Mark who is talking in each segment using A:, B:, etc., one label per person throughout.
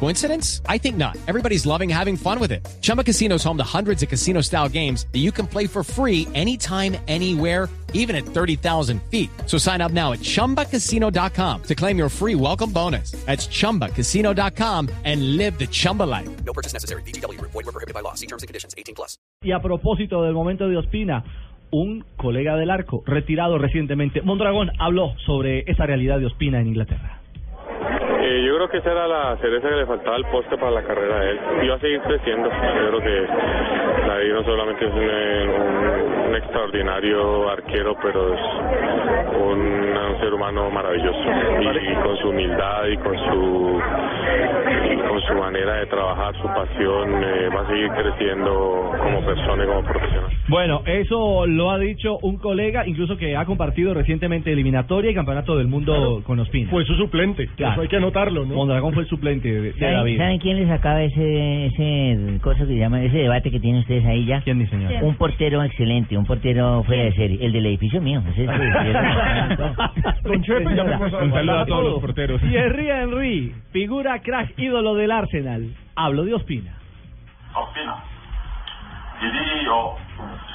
A: Coincidence? I think not. Everybody's loving having fun with it. Chumba Casino is home to hundreds of casino style games that you can play for free anytime, anywhere even at 30,000 feet. So sign up now at ChumbaCasino.com to claim your free welcome bonus. That's ChumbaCasino.com and live the Chumba life.
B: No purchase necessary. BGW. Void were prohibited by law. See terms and conditions. 18 plus.
C: Y a propósito del momento de Ospina, un colega del arco, retirado recientemente, Mondragón, habló sobre esa realidad de Ospina en Inglaterra.
D: Eh, yo creo que esa era la cereza que le faltaba al poste para la carrera de él. Iba a seguir creciendo. Yo creo que David no solamente es un, eh, un- un extraordinario arquero, pero es un, un ser humano maravilloso. Y, y con su humildad y con su y con su manera de trabajar, su pasión, eh, va a seguir creciendo como persona y como profesional.
C: Bueno, eso lo ha dicho un colega, incluso que ha compartido recientemente eliminatoria y campeonato del mundo con Ospina.
E: Fue su suplente,
C: Claro.
E: eso hay que anotarlo, ¿no?
C: Mondragón fue el suplente de, de
F: ¿Saben,
C: David.
F: saben quién les acaba ese, ese cosa que llaman, ese debate que tienen ustedes ahí ya?
C: ¿Quién, mi señor?
F: Un portero excelente, un portero fuera de serie, el del edificio mío. ese es-
E: Don Chepe, ya fuimos a-
C: Un
E: saludo a todos los porteros.
C: Thierry Henry, figura crack ídolo del Arsenal, habló de Ospina.
G: Ospina. Y digo,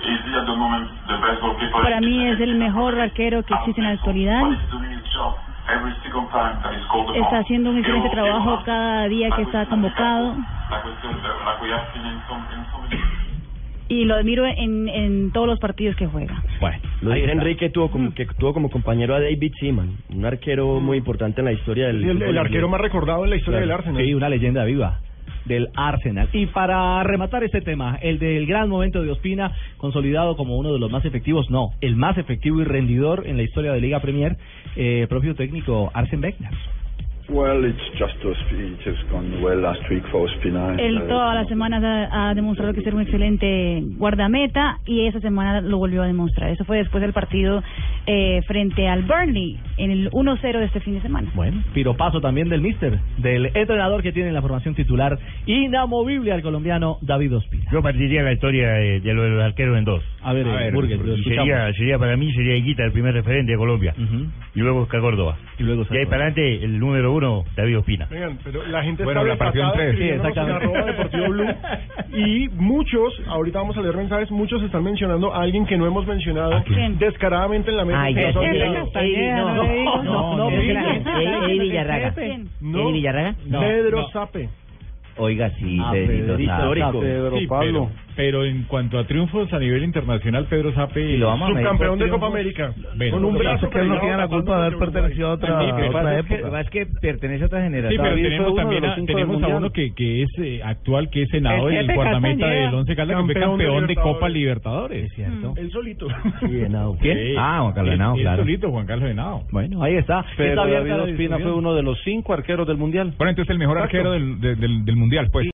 G: y digo de momento, the best goalkeeper
H: Para mí es el mejor arquero que existe en la actualidad. Está haciendo un excelente trabajo cada día que está convocado. Y lo admiro en, en todos los partidos que juega.
C: Bueno,
I: Lo dirá Enrique tuvo como, que tuvo como compañero a David Seaman, un arquero muy importante en la historia del
E: Sí, el,
I: fútbol
E: el
I: inglés.
E: arquero más recordado en la historia del Arsenal.
C: Sí, una leyenda viva del Arsenal. Y para rematar este tema, el del gran momento de Ospina, consolidado como uno de los más efectivos, no, el más efectivo y rendidor en la historia de Liga Premier, eh, propio técnico Arsen Wenger.
J: Well, it's just Ospina. It has gone well last week for Ospina.
H: Él
J: Uh,
H: todas las semanas ha, ha demostrado que es un excelente guardameta y esa semana lo volvió a demostrar. Eso fue después del partido eh, frente al Burnley en el 1-0 de este fin de semana.
C: Bueno, piropazo también del mister, del entrenador que tiene en la formación titular inamovible al colombiano David Ospina.
K: Yo partiría la historia de, de lo de los arqueros en dos.
C: A ver, eh, Burger, lo
K: Y
C: escuchamos.
K: sería, sería para mí sería Higuita el primer referente de Colombia.
C: Ujú.
K: Y luego Oscar Córdoba.
C: Y luego
K: Y ahí para adelante el número uno, David Ospina.
E: Vengan, pero la gente
C: Bueno, la
E: está
C: partió en tres.
E: escribiéndonos
C: Sí, exactamente.
E: en arroba Deportivo Blue. y muchos, ahorita vamos a leer mensajes, muchos están mencionando a alguien que no hemos mencionado
K: ¿A quién?
E: descaradamente en la mesa.
F: Ay, ya
E: Nos
F: sé.
E: han
F: Eddie,
E: llegado.
F: no,
C: no le digo.
F: no, no,
C: No,
F: Eddie,
C: no,
F: Eddie- Eddie Villarraga.
H: ¿Quién?
E: No.
F: ¿Eddie Villarraga?
C: No,
E: Pedro
C: no.
E: Sape.
F: Oiga, sí,
C: Ah,
F: Pedrito,
C: Pedrito,
F: sabe.
C: histórico.
E: Pedro Pablo.
K: en cuanto a triunfos a nivel internacional, Pedro Sape
F: Y lo vamos a medir
E: Subcampeón
F: por
E: de Copa
F: triunfos.
E: América.
K: Bueno,
E: con un
K: lo que
E: brazo que no tiene la culpa de haber pertenecido a otra,
C: que pertenece a otra generación.
K: Sí, pero tenemos también a, tenemos a uno que, que es eh, actual, que es senador del guardameta del Once Caldas, que fue
E: campeón de
K: campeón de Copa
E: Libertadores.
K: Libertadores.
E: Él solito.
C: ¿Quién?
K: Sí.
C: Ah, Juan Carlos
K: Él-
C: Henao,
K: él
C: claro.
K: solito, Juan Carlos Henao.
C: Bueno, ahí está. Está abierta la discusión.
E: uno de los cinco arqueros del Mundial.
K: Bueno, entonces el mejor
E: Exacto.
K: arquero del, del, del mundial, pues.